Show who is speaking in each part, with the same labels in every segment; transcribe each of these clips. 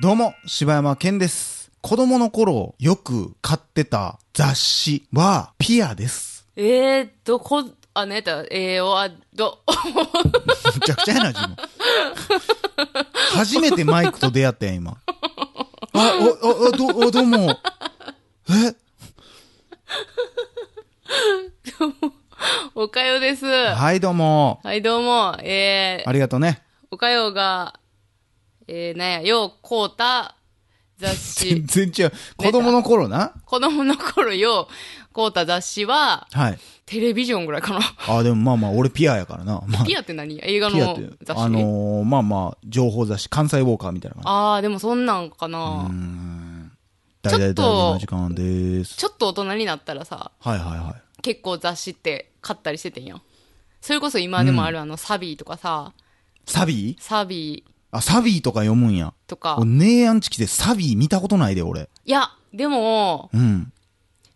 Speaker 1: どうも、柴山健です。子供の頃、よく買ってた雑誌は、ピアです。
Speaker 2: えー、どこ、あ、なんやったえー、わ、ど、
Speaker 1: むちゃくちゃやな、自分。初めてマイクと出会ったやん、今。あ、お、お、おどう、おどうも。え
Speaker 2: おかよです。は
Speaker 1: はい、どうも。
Speaker 2: い、どうも。えー、
Speaker 1: ありがとうね。
Speaker 2: おかよが、えー、なんや、ようこうた雑誌
Speaker 1: 全。然違う。子供の頃な。
Speaker 2: 子供の頃ようこうた雑誌は、
Speaker 1: はい。
Speaker 2: テレビジョンぐらいかな。
Speaker 1: あ、でもまあまあ、俺ピアやからな。まあ、
Speaker 2: ピアって何映画
Speaker 1: ピア
Speaker 2: の
Speaker 1: って、
Speaker 2: 雑誌。
Speaker 1: あのー、まあまあ、情報雑誌、関西ウォーカーみたいな感
Speaker 2: あー、でもそんなんかな。
Speaker 1: じ。
Speaker 2: ちょ
Speaker 1: 大
Speaker 2: っと
Speaker 1: 々大々の時間です。
Speaker 2: ちょっと大人になったらさ、
Speaker 1: はいはいはい。
Speaker 2: 結構雑誌って買ったりしててんやん。それこそ今でもある、あの、サビーとかさ、
Speaker 1: サビー
Speaker 2: サビー
Speaker 1: あ、サビーとか読むんや。
Speaker 2: とか
Speaker 1: 俺、。姉やんち来てサビー見たことないで、俺。
Speaker 2: いや、でも、
Speaker 1: うん。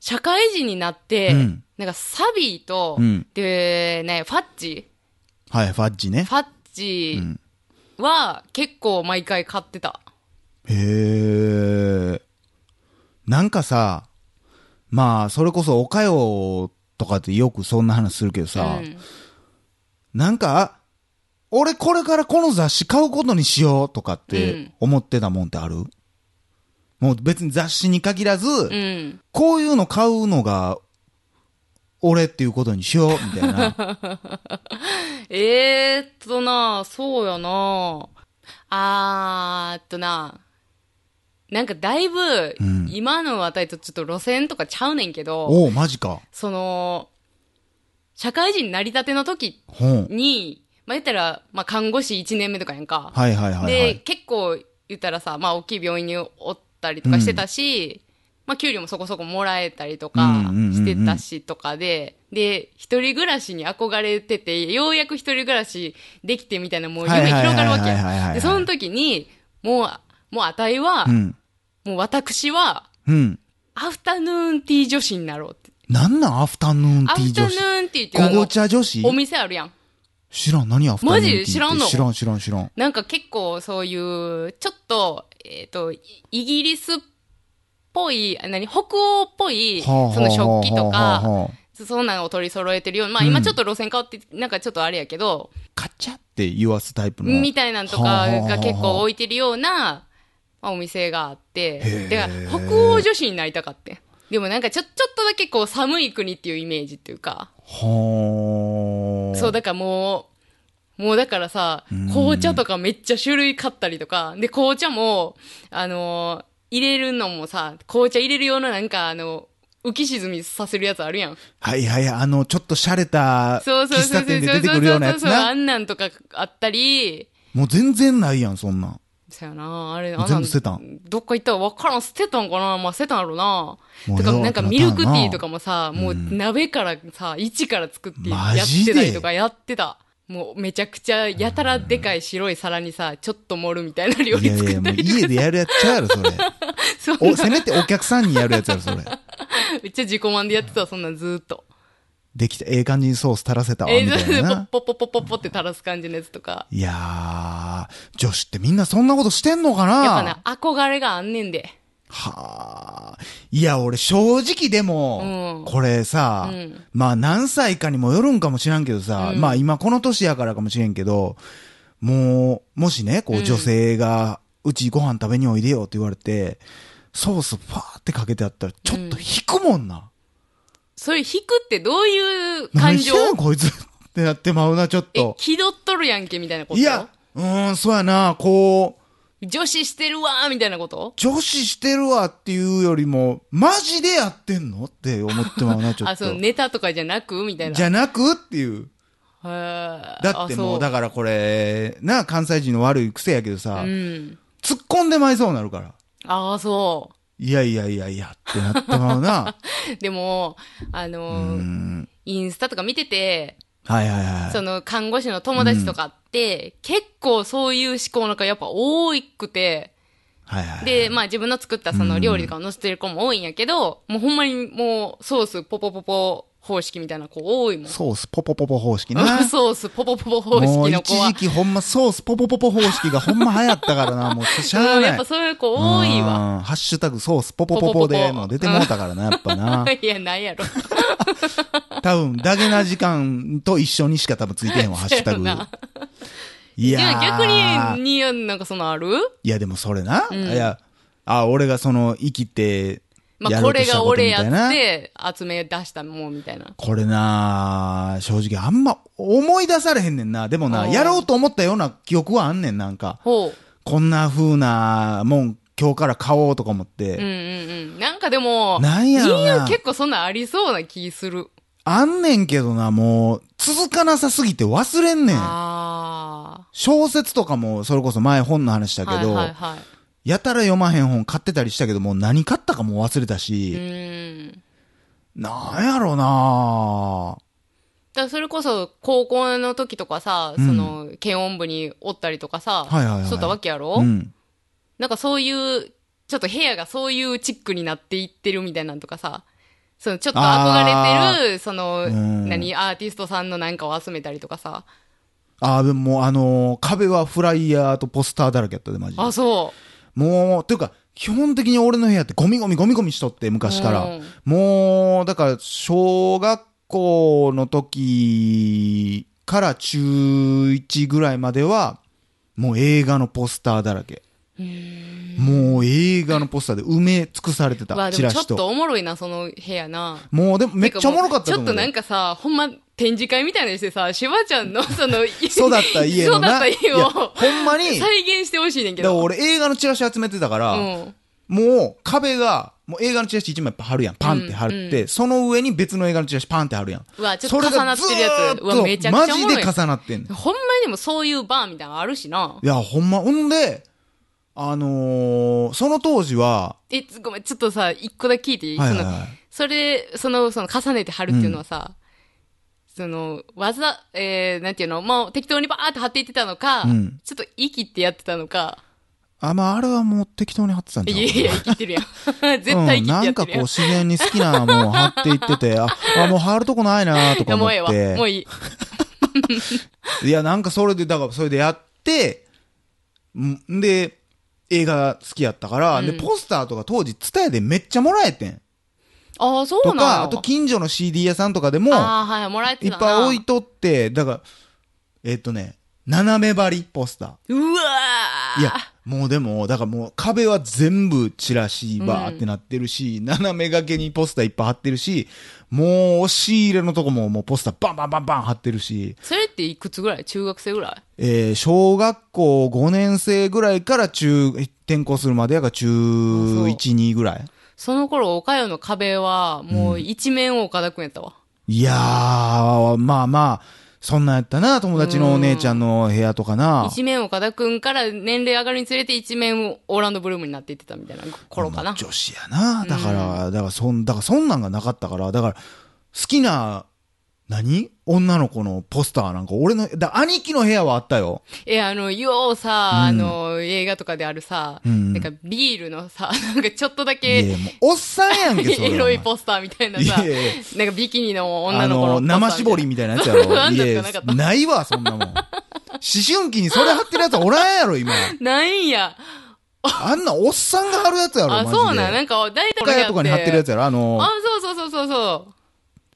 Speaker 2: 社会人になって、
Speaker 1: うん
Speaker 2: なんかサビーと、
Speaker 1: うん
Speaker 2: で、ね、ファッチ
Speaker 1: はい、ファッジね
Speaker 2: フ。ァッチは結構毎回買ってた。
Speaker 1: へえ。なんかさ、まあ、それこそ、おかよとかってよくそんな話するけどさ
Speaker 2: う、ん
Speaker 1: なんか、俺これからこの雑誌買うことにしようとかって思ってたもんってある、もう別に雑誌に限らず、
Speaker 2: うん。
Speaker 1: こういうの買うのが、俺っていうことにしよう、みたい な。
Speaker 2: えー、っとな、そうやな。あーっとな、なんかだいぶ、
Speaker 1: うん
Speaker 2: 今のあたりとちょっと路線とかちゃうねんけど、
Speaker 1: おお、マジか。
Speaker 2: その、社会人なりたての時
Speaker 1: ほん。
Speaker 2: に、まあ、言ったら、まあ、看護師1年目とかやんか。
Speaker 1: はいはいはい、は
Speaker 2: で、
Speaker 1: い。
Speaker 2: 結構言ったらさ、まあ、大きい病院におったりとかしてたし、まあ、給料もそこそこもらえたりと
Speaker 1: うん
Speaker 2: か
Speaker 1: うんうんうん
Speaker 2: してたしとかで、で、一人暮らしに憧れてて、ようやく一人暮らしできてみたいな、もう夢広がるわけ
Speaker 1: はいはいはいはいはいは
Speaker 2: や
Speaker 1: い
Speaker 2: で、その時に、もう、もうあたいは、
Speaker 1: うん。
Speaker 2: もう私は、
Speaker 1: うん。
Speaker 2: アフタヌーンティー女子になろうって。
Speaker 1: なんなんアフタヌーンテ
Speaker 2: ア
Speaker 1: ィー
Speaker 2: フタ
Speaker 1: 女
Speaker 2: ヌ
Speaker 1: 子。
Speaker 2: ーンティーっていうあ
Speaker 1: ご
Speaker 2: の
Speaker 1: ご茶女子
Speaker 2: お店あるやん。
Speaker 1: 知らん、何アフタヌーンティーって
Speaker 2: マジ知らんの
Speaker 1: 知らん知らん知らん。
Speaker 2: なんか結構そういう、ちょっと、えっ、と、イイギリスっぽい、あ何、北欧っぽい、
Speaker 1: はあはあ
Speaker 2: その食器と
Speaker 1: はあ
Speaker 2: か、
Speaker 1: はあはあ
Speaker 2: そんなのを取り揃えてるような、まあ
Speaker 1: うん
Speaker 2: 今ちょっと路線変わって、なんかちょっとあれやけど、
Speaker 1: カチャって言わすタイプの。
Speaker 2: みたいなんとかが結構置いてるような、まあ、お店があって
Speaker 1: へ、
Speaker 2: だから
Speaker 1: え
Speaker 2: 北欧女子になりたかって。でもなんかちょ、ちょっとだけこう寒い国っていうイメージっていうか、
Speaker 1: はあ。
Speaker 2: そう、だからもう、もうだからさ、紅茶とかめっちゃ種類買ったりとか、で、紅茶も、あのー入れるのもさ、紅茶入れる用のなんか、あの、浮き沈みさせるやつあるやん。
Speaker 1: はいはいはい、あの、ちょっと洒落た
Speaker 2: そう
Speaker 1: 喫
Speaker 2: そうそうそ
Speaker 1: 茶
Speaker 2: う
Speaker 1: 店で
Speaker 2: そう
Speaker 1: 出て
Speaker 2: そ
Speaker 1: く
Speaker 2: う
Speaker 1: るよ
Speaker 2: そうう
Speaker 1: なやつ
Speaker 2: あ
Speaker 1: な。
Speaker 2: んなんとかあったり、
Speaker 1: もう全然ないやん、そんなん。
Speaker 2: そやな、あれ、
Speaker 1: もう
Speaker 2: あな
Speaker 1: 全部捨てたん
Speaker 2: どっか行ったら分からん、捨てたんかなまあ、捨てたんやろな。
Speaker 1: もう
Speaker 2: とか、なんかミルクティーとか
Speaker 1: も。
Speaker 2: もさ、もう鍋からさ、一から作って
Speaker 1: マ
Speaker 2: やっ
Speaker 1: ジ
Speaker 2: て
Speaker 1: で
Speaker 2: たりとかやってた。もうめちゃくちゃやたらでかい白い皿にさ、ちょっと盛るみたいな料
Speaker 1: い
Speaker 2: 理
Speaker 1: やい
Speaker 2: 作
Speaker 1: や、
Speaker 2: っ
Speaker 1: も
Speaker 2: た
Speaker 1: う
Speaker 2: りとか
Speaker 1: 家でやるやつちゃうやろ、そ れ。
Speaker 2: そん
Speaker 1: お、
Speaker 2: な
Speaker 1: せめてお客さんにやるやつやろ、それ。
Speaker 2: めっちゃ自己満でやってたわ、そんなんずーっと。
Speaker 1: できた、ええ感じにソース垂らせたわ、
Speaker 2: え
Speaker 1: みたいな。
Speaker 2: ポッポッポッポッポッって垂らす感じのやつとか。
Speaker 1: いやー、女子ってみんなそんなことしてんのか
Speaker 2: やっ
Speaker 1: な
Speaker 2: ぱな、憧れがあんねんで。
Speaker 1: はー。いや、俺正直でも
Speaker 2: う、ん
Speaker 1: これさ、
Speaker 2: うん
Speaker 1: まあ何歳かにもよるんかもしらんけどさ、まあ今この年やからかもしれんけど、もう、もしね、こう女性が、うちご飯食べにおいでよって言われて、ソースファーってかけてあったら、ちょっと引くもんな。
Speaker 2: それ引くってどういう
Speaker 1: 何
Speaker 2: 感情
Speaker 1: してんのこいつってなってまうな、ちょっ
Speaker 2: え
Speaker 1: と、。
Speaker 2: 気取っとるやんけみたいなこと
Speaker 1: いや、うーん、そうやな、こう、
Speaker 2: 女子してるわーみたいなこと
Speaker 1: 女子してるわっていうよりも、マジでやってんのって思ってまうな、ちょっと。
Speaker 2: あ、そのネタとかじゃなくみたいな。
Speaker 1: じゃなくっていう。だ
Speaker 2: だ
Speaker 1: ってもう、だ
Speaker 2: か
Speaker 1: からこれ、な、関西人の悪い癖やけどさ、
Speaker 2: うん。
Speaker 1: 突っ込んでまいそうになるから。
Speaker 2: ああ、そ
Speaker 1: いやいやいやいやってなってまう な。
Speaker 2: う。でも、あの
Speaker 1: う
Speaker 2: ー、
Speaker 1: ん。
Speaker 2: インスタとか見てて、
Speaker 1: はいはいはい。
Speaker 2: その看護師の友達とかって、結構そういう思考の子やっぱ多くて、
Speaker 1: はいはい。
Speaker 2: で、まあ自分の作ったその料理とかを載せてる子も多いんやけど、もうほんまにもうソースポポポポ、方式みたいな子多いもん。
Speaker 1: ソースポポポポ方式 ね。
Speaker 2: ソースポポポポ方
Speaker 1: もう
Speaker 2: 式の
Speaker 1: 一
Speaker 2: 子は
Speaker 1: 時。期ほんまソースポポポポ方式がほんま流行ったから な、もうしゃ
Speaker 2: う
Speaker 1: あ
Speaker 2: ん、
Speaker 1: な
Speaker 2: やっ
Speaker 1: い
Speaker 2: ぱ。そういう子多いわ。
Speaker 1: うん。ハッシュタグソースポポポポ
Speaker 2: ポポ
Speaker 1: で
Speaker 2: ポポ
Speaker 1: もう出てもうたからな、やっぱ な。
Speaker 2: いや、ないやろ。
Speaker 1: 多分、ダゲな時間と一緒にしか多分ついてへんわ、ハッシュタグ
Speaker 2: そうやろないい
Speaker 1: や
Speaker 2: や、
Speaker 1: ー
Speaker 2: 逆に、にや、なんかそのある
Speaker 1: いや、でもそれな。
Speaker 2: ん
Speaker 1: いや、あ、俺がその、生きて、
Speaker 2: まあ、
Speaker 1: ろ
Speaker 2: こ
Speaker 1: うと
Speaker 2: れ
Speaker 1: した
Speaker 2: が
Speaker 1: こと
Speaker 2: 俺
Speaker 1: み
Speaker 2: や
Speaker 1: たいな
Speaker 2: っ。て、集め出したもんみたいな。
Speaker 1: これなあ正直あんま思い出されへんねんな。でもな、
Speaker 2: うん
Speaker 1: やろうと思ったような記憶はあんねん、なんか。
Speaker 2: ほ
Speaker 1: こんな風なもん今日から買おうとか思っ
Speaker 2: う。うん
Speaker 1: て。
Speaker 2: うんうん。なんかでも、
Speaker 1: なんやろな
Speaker 2: ニーヤ結構そんなんありそうな気する。
Speaker 1: あんねんけどな、もう、続かなさすぎて忘れんねん。
Speaker 2: あ
Speaker 1: 小説とかも、それこそ前本の話
Speaker 2: あ。
Speaker 1: だ
Speaker 2: は
Speaker 1: け
Speaker 2: い
Speaker 1: ど、
Speaker 2: はいはい。
Speaker 1: やたら読まへん本買ってたりしたけど、もう何買ったかも忘れた
Speaker 2: う
Speaker 1: し、
Speaker 2: ーん。
Speaker 1: なんやろな
Speaker 2: だからそれこそ、高校の時とかさ、
Speaker 1: うん
Speaker 2: その、検音部におったりとかさ、
Speaker 1: はいはいはい
Speaker 2: そうたわけやろ、
Speaker 1: うん。
Speaker 2: なんかそういう、ちょっと部屋がそういうチックになっていってるみたいなんとかさ、そのちょっと憧れてる、その、
Speaker 1: うん
Speaker 2: 何、アーティストさんのなんかを集めたりとかさ。
Speaker 1: ああ、でももうあのー壁はフライヤーとポスターだらけやったで、マジで。
Speaker 2: あ、そ
Speaker 1: もう、というか、基本的に俺の部屋ってゴミゴミゴミゴミしとって、昔から。
Speaker 2: うん
Speaker 1: もう、だから、小学校の時から中1ぐらいまでは、もう映画のポスターだらけ。もう映画のポスターで埋め尽くされて
Speaker 2: う。わ
Speaker 1: た、
Speaker 2: あ、
Speaker 1: チ
Speaker 2: でも
Speaker 1: ラ
Speaker 2: ちょ
Speaker 1: シ
Speaker 2: っと
Speaker 1: と。
Speaker 2: おもろいな、その部屋な。
Speaker 1: もう、でもめっちゃおもろかった
Speaker 2: て
Speaker 1: と
Speaker 2: か
Speaker 1: 思
Speaker 2: も
Speaker 1: う
Speaker 2: うちょっと
Speaker 1: よ。
Speaker 2: なんかさ、ほんま展示会みたいなのしてさ、しばちゃん のその、
Speaker 1: 育
Speaker 2: 育
Speaker 1: った家のな。
Speaker 2: 育った家
Speaker 1: いや
Speaker 2: を
Speaker 1: ほんまに、だか
Speaker 2: 再現してほしいねんけ
Speaker 1: ら
Speaker 2: ど。
Speaker 1: 俺映画のチラシ集めてたから、
Speaker 2: うん。
Speaker 1: もう壁が、もう映画のチラシ一枚貼るやん。パンって貼って、
Speaker 2: うん
Speaker 1: その上に別の映画のチラシパンって貼るやん。
Speaker 2: うわちょっと重なってるやつ
Speaker 1: それがずーっと
Speaker 2: うわめちゃくちゃおもろい
Speaker 1: マジで重なってんねん
Speaker 2: ほんまにでもそういうバーみたいなのあるしな。
Speaker 1: いや、ほんま、ほんで、あのー、その当時は、
Speaker 2: え、つごめん、ちょっとさ、一個だけ聞いていい、
Speaker 1: はいはい
Speaker 2: その
Speaker 1: はい。
Speaker 2: それ、その、その、重ねて貼るっていうのはさ、その、技、えー、なんていうの、もう適当にバーって貼っていってたのか、
Speaker 1: うん
Speaker 2: ちょっと息ってやってたのか、
Speaker 1: あ、まあ、あれはもう適当に貼ってたん
Speaker 2: い
Speaker 1: じゃ
Speaker 2: やいや、生きてるやん。 絶
Speaker 1: う
Speaker 2: 対生き
Speaker 1: ん、
Speaker 2: てや
Speaker 1: な
Speaker 2: って
Speaker 1: んかこ
Speaker 2: る
Speaker 1: う
Speaker 2: やん。
Speaker 1: 自然に好きなもん貼っていってて、あ、あもう貼るとこないなと
Speaker 2: い
Speaker 1: か
Speaker 2: や
Speaker 1: 思っ
Speaker 2: もうええわ。もう
Speaker 1: て。
Speaker 2: いい。
Speaker 1: いや、なんかそれで、だからそれでやって、んで、映画好きやったから、で、ポスターとか当時、ツタヤでめっちゃもらえてん。
Speaker 2: ああ、そうな
Speaker 1: と
Speaker 2: ん
Speaker 1: か、
Speaker 2: や
Speaker 1: あと近所の CD 屋さんとかでも、
Speaker 2: ああ、はい、もらえ
Speaker 1: い
Speaker 2: て
Speaker 1: ったぱ
Speaker 2: な。
Speaker 1: い置いとって、だから、えっとね、斜め張りポスター。
Speaker 2: うわー
Speaker 1: いや、もうでも、だからもう壁は全部チラシバーってなってるし、斜め掛けにポスターいっぱい貼ってるし、もう押し入れのとこももうポスターバンバンバンバン貼ってるし、
Speaker 2: それっていくつぐらい中学生ぐらい
Speaker 1: えー、小学校5年生ぐらいから中、転校するまでやが中
Speaker 2: そう
Speaker 1: 1、2ぐらい
Speaker 2: その頃、岡山の壁は、もう一面岡田くんやったわ。
Speaker 1: いやー、まあまあ、そんなんやったな、友達のお姉ちゃんの部屋とかな。
Speaker 2: 一面岡田くんから年齢上がるにつれて一面オーランドブルームになっていってたみたいな頃か
Speaker 1: ま
Speaker 2: な
Speaker 1: あ。女子やな。だから、だからそん、だからそんなんがなかったから、だから、好きな、何女の子のポスターなんか、俺の、だ兄貴の部屋はあったよ。
Speaker 2: え、あの、ようさ、あの、映画とかであるさ、
Speaker 1: ん
Speaker 2: なんかビールのさ、 なんかちょっとだ
Speaker 1: いやい
Speaker 2: け、
Speaker 1: やもう、おっさんやんけ、それ。
Speaker 2: エロいポスターみたいなさ、
Speaker 1: いやいや
Speaker 2: なんかビキニの女
Speaker 1: あ
Speaker 2: の子
Speaker 1: の、
Speaker 2: のポスターみたいな
Speaker 1: 生絞りみたいなやつやろ。
Speaker 2: そうあん
Speaker 1: い
Speaker 2: たし
Speaker 1: や
Speaker 2: か なかっ、た
Speaker 1: ないわ、そんなもん。思春期にそれ貼ってるやつおらんやろ、 今。
Speaker 2: なんや。
Speaker 1: あんなおっさんが貼るやつやろ、マ
Speaker 2: あ、
Speaker 1: ジで。
Speaker 2: そうなん、なんか、大体
Speaker 1: 深谷とかに貼ってるやつやろ、あの
Speaker 2: あ、、そうそうそうそうそう。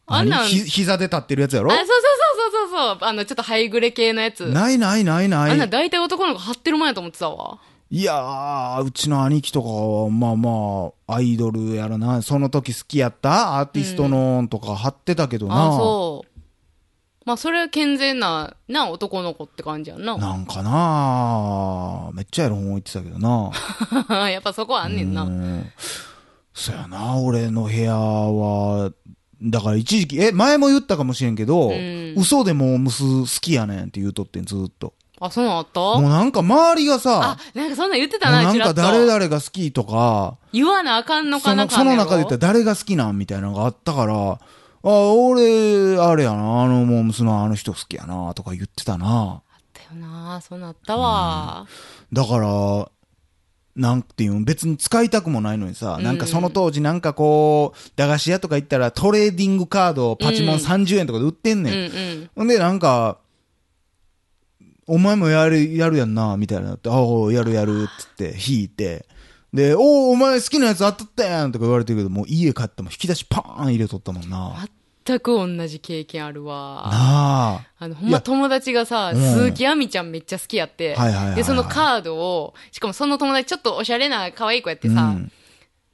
Speaker 2: あんなん。あ、
Speaker 1: 何
Speaker 2: そう
Speaker 1: ひ膝で立ってるやつやろ
Speaker 2: そうそうそうそうそう。あの、ちょっとハイグレ系のやつ。
Speaker 1: ないないないない。
Speaker 2: あんなん大体男の子貼ってる前やと思ってたわ。
Speaker 1: いやー、うちの兄貴とかは、まあまあ、アイドルやらな、その時好きやったアーティストのとか貼ってたけどな。
Speaker 2: あ、そう。まあ、それは健全な、な、男の子って感じやんな。
Speaker 1: なんかなめっちゃエロ本言ってたけどな。
Speaker 2: やっぱそこはあんねん
Speaker 1: う
Speaker 2: な。
Speaker 1: ん。そやな、俺の部屋は、だから一時期、え、前も言ったかもしれんけど、
Speaker 2: ん
Speaker 1: 嘘でもムス好きやねんって言うとってん、ずーっと。
Speaker 2: あ、そうなんあった
Speaker 1: もうなんか周りが
Speaker 2: あ
Speaker 1: さ、、
Speaker 2: なんかそんなん言ってた
Speaker 1: もう
Speaker 2: な、
Speaker 1: な
Speaker 2: ち
Speaker 1: ん
Speaker 2: ら
Speaker 1: か
Speaker 2: っと。
Speaker 1: 誰々が好きとか、
Speaker 2: 言わなあかんの
Speaker 1: そ
Speaker 2: かな
Speaker 1: の
Speaker 2: か
Speaker 1: そ
Speaker 2: ん
Speaker 1: の
Speaker 2: やろ
Speaker 1: 中で言ったら誰が好きなんみたいなのがあったから、あ、俺、あれやな、あのモームスのあの人好きやな、とか言ってたな。
Speaker 2: あったよな、そうなったわ。
Speaker 1: だから、なんていうん、別に使いたくもないのにさ、なんかその当時なんかこう、駄菓子屋とか行ったらトレーディングカードをパチモン30円とかで売ってんね
Speaker 2: うん
Speaker 1: ん。
Speaker 2: うん。
Speaker 1: ほんでなんか、お前もやる、やるやんな、みたいになって、ああ、やるやる、つって引いて、で、おお、お前好きなやつ当たったやんとか言われてるけど、もう家帰っても引き出しパーン入れとったもんな。な
Speaker 2: 全く同じ経験あるわ。
Speaker 1: あ。
Speaker 2: あの、ほん
Speaker 1: い
Speaker 2: ま
Speaker 1: や
Speaker 2: 友達がさ、
Speaker 1: うん
Speaker 2: 鈴木亜美ちゃんめっちゃ好きやって、
Speaker 1: はいはいはいはい
Speaker 2: で、そのカードを、しかもその友達ちょっとおしゃれな可愛い子やってさ、
Speaker 1: うん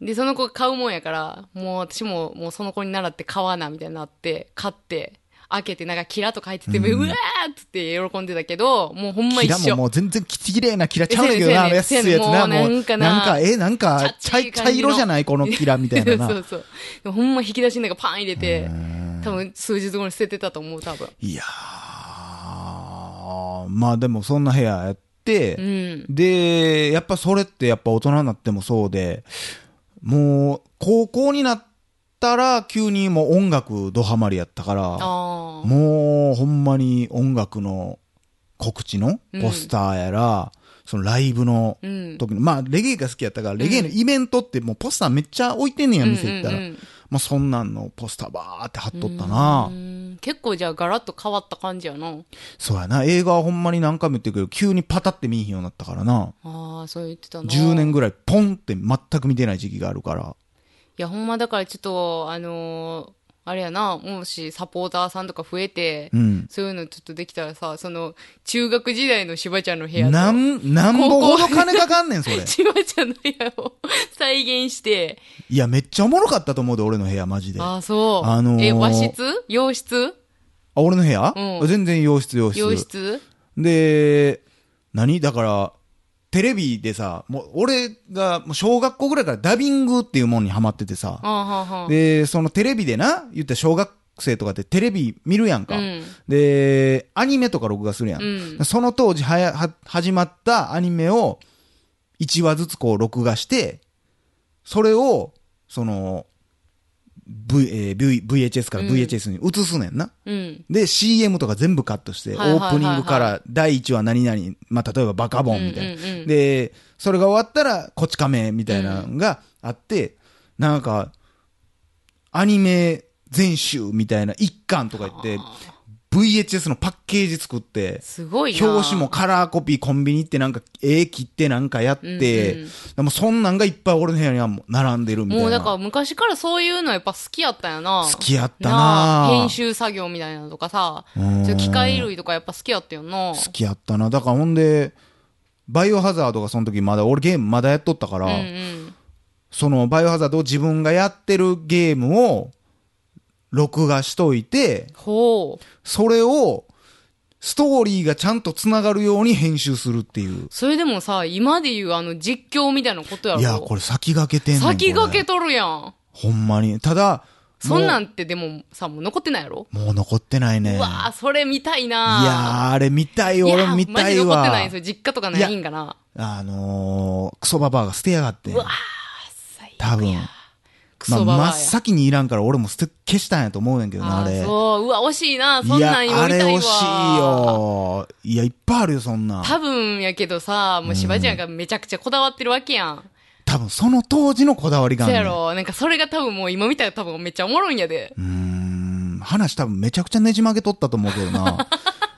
Speaker 2: で、その子が買うもんやから、もう私ももうその子に習って買わな、みたいになって、買って、開けてなんかキラとか入ってて、うわーっつって喜んでたけど、もうほんま
Speaker 1: キ
Speaker 2: 一
Speaker 1: ラも
Speaker 2: 緒。
Speaker 1: もう全然綺麗なキラちゃうねんだけどな、
Speaker 2: え
Speaker 1: 安
Speaker 2: せや
Speaker 1: い
Speaker 2: ねん
Speaker 1: やつな、
Speaker 2: せやねんも
Speaker 1: もう。
Speaker 2: うなんかな
Speaker 1: え、なんか、
Speaker 2: 茶
Speaker 1: 茶
Speaker 2: っちゃい感
Speaker 1: 茶
Speaker 2: じの
Speaker 1: 色じゃないこのキラみたいな な。
Speaker 2: そうそう。でもほんま引き出しの中パーン入れて、多分数日後に捨ててたと思う、多分。
Speaker 1: いやー、まあでもそんな部屋やっ
Speaker 2: う
Speaker 1: て、
Speaker 2: ん。
Speaker 1: で、やっぱそれってやっぱ大人になってもそうで、もう、高校になったら急にもう音楽ドハマりやったから、
Speaker 2: ああ。
Speaker 1: もうほんまに音楽の告知のポスターやら、そのライブの
Speaker 2: うん。
Speaker 1: 時に、まあレゲエが好きやったから、レゲエのイベントってもうポスターめっちゃ置いてんねんや、店行ったら。
Speaker 2: うんうんうん
Speaker 1: まあそんなんのポスターばーって貼っとったな。
Speaker 2: うん結構じゃあガラッと変わった感じやな。
Speaker 1: そうやな。映画はほんまに何回も言ってるけど、急にパタって見えへんようになったからな。
Speaker 2: ああ、そう言ってたな。
Speaker 1: 10年ぐらいポンって全く見てない時期があるから。
Speaker 2: いや、ほんまだからちょっと、あのーあれやな、もしサポーターさんとか増えて、
Speaker 1: うん。
Speaker 2: そういうのちょっとできたらさ、その、中学時代のしばちゃんの部屋と。
Speaker 1: なん、なんぼほど金かかんねん、それ
Speaker 2: しばちゃんの部屋を再現して、
Speaker 1: いや、めっちゃおもろかったと思うで、俺の部屋、マジで。あ、
Speaker 2: ああ、そう。
Speaker 1: あのー
Speaker 2: え、和室洋室
Speaker 1: 俺の部屋、
Speaker 2: うん
Speaker 1: 全然洋室、洋室。
Speaker 2: 洋室
Speaker 1: で、何だから、テレビでさ、もう、俺が、もう小学校ぐらいからダビングっていうもんにハマっててさ
Speaker 2: あ。あ、はあはあ。
Speaker 1: で、そのテレビでな、言ったら小学生とかってテレビ見るやんか。
Speaker 2: うん
Speaker 1: で、アニメとか録画するやん。
Speaker 2: うん
Speaker 1: その当時はや、は、始まったアニメを、1話ずつこう録画して、それを、その、v えー v VHS から VHS に移すねんな。
Speaker 2: うん。
Speaker 1: で、CM とか全部カットして、オ
Speaker 2: はいはいはいは
Speaker 1: ー
Speaker 2: い
Speaker 1: プニングから第1話何々、まあ、例えばバカボンみたい
Speaker 2: うんうんう
Speaker 1: な。
Speaker 2: ん
Speaker 1: で、それが終わったら、こち亀みたいなのがあって、なんか、アニメ全集みたいな一巻とか言って、VHS のパッケージ作って、
Speaker 2: すごいな。
Speaker 1: 表紙もカラーコピーコンビニ行ってなんか絵切ってなんかやって、
Speaker 2: うんうん
Speaker 1: でもそんなんがいっぱい俺の部屋にはもう並んでるみたいな。
Speaker 2: もうだから昔からそういうのやっぱ好きやったんやな。
Speaker 1: 好きやったな
Speaker 2: 編集作業みたいなのとかさ、
Speaker 1: うん
Speaker 2: そういう機械類とかやっぱ好きやったよな。
Speaker 1: 好きやったな。だからほんで、バイオハザードがその時まだ、俺ゲームまだやっとったから、
Speaker 2: うんうん。
Speaker 1: そのバイオハザードを自分がやってるゲームを録画しといて、
Speaker 2: ほう。
Speaker 1: それをストーリーがちゃんと繋がるように編集するっていう。
Speaker 2: それでもさ、今で言うあの実況みたいなことやろ。
Speaker 1: いや、これ先駆けてんねん
Speaker 2: 先
Speaker 1: これ
Speaker 2: 駆けとるやん。
Speaker 1: ほんまに。ただ、
Speaker 2: そんな
Speaker 1: も
Speaker 2: んってでもさ、もう残ってないやろ、
Speaker 1: うもう残ってないね。
Speaker 2: うわあそれ見たいない
Speaker 1: やー、あれ見たい、
Speaker 2: いや
Speaker 1: 俺見たい
Speaker 2: マジ残っ
Speaker 1: わ
Speaker 2: て。ないんですよ。実家とかないんかな。
Speaker 1: あのー、クソババアが捨てやがってん。多分。
Speaker 2: ク
Speaker 1: まあ、
Speaker 2: ソババア
Speaker 1: 真
Speaker 2: や。
Speaker 1: っ先にいらんから俺も捨て消したんやと思うねんけどな、あ
Speaker 2: あ
Speaker 1: れ。
Speaker 2: ーそう。うわ、惜しいな。そん
Speaker 1: い
Speaker 2: なん
Speaker 1: や、
Speaker 2: 今
Speaker 1: あ
Speaker 2: 見
Speaker 1: れ
Speaker 2: たいわ。
Speaker 1: 惜しい。よ。いや、いっぱいあるよ、そんなん。
Speaker 2: 多分やけどさ、もうしばちゃんがめちゃくちゃこだわってるわけやん。
Speaker 1: 多分その当時のこだわりがあ
Speaker 2: そ
Speaker 1: んね
Speaker 2: や
Speaker 1: んう
Speaker 2: ろ。なんかそれが多分もう今見たら多分めっちゃおもろいんやで。
Speaker 1: ーん。話多分めちゃくちゃねじ曲げとったと思うけどな。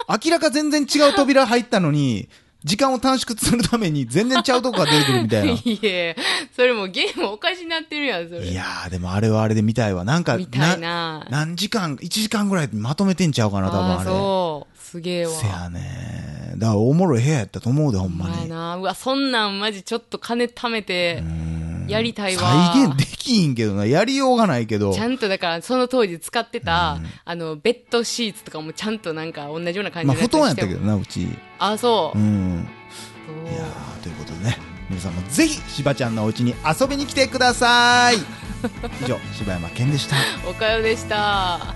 Speaker 1: 明らか全然違う扉入ったのに、時間を短縮するために全然ちゃうとこが出てくるみたいな。
Speaker 2: いえ、それもうゲームおかしになってるやん、それ。
Speaker 1: いやー、でもあれはあれで見たいわ。なんか、
Speaker 2: 見たいな
Speaker 1: 何時間、1時間ぐらいまとめてんちゃうかな、多分
Speaker 2: あ
Speaker 1: あれ。
Speaker 2: あ、そう。すげえわ。
Speaker 1: せやねだからおもろい部屋やったと思うで、ほんま
Speaker 2: まあ
Speaker 1: に。
Speaker 2: な。うわ、そんなんマジちょっと金貯めて、やりたいわ。
Speaker 1: 再現できんけどな。やりようがないけど
Speaker 2: ち。ゃんとだから、その当時使ってた、あの、ベッドシーツとかもちゃんとなんか同じような感じ
Speaker 1: まあ、
Speaker 2: の
Speaker 1: 布団やったけ
Speaker 2: やつ
Speaker 1: ど
Speaker 2: にしても。
Speaker 1: な、うち。
Speaker 2: ああ、そうう。
Speaker 1: ん。
Speaker 2: そう
Speaker 1: いやー、ということでね。皆さんもぜひ、しばちゃんのお家に遊びに来てください。以上、柴山健でした。
Speaker 2: おかよでした。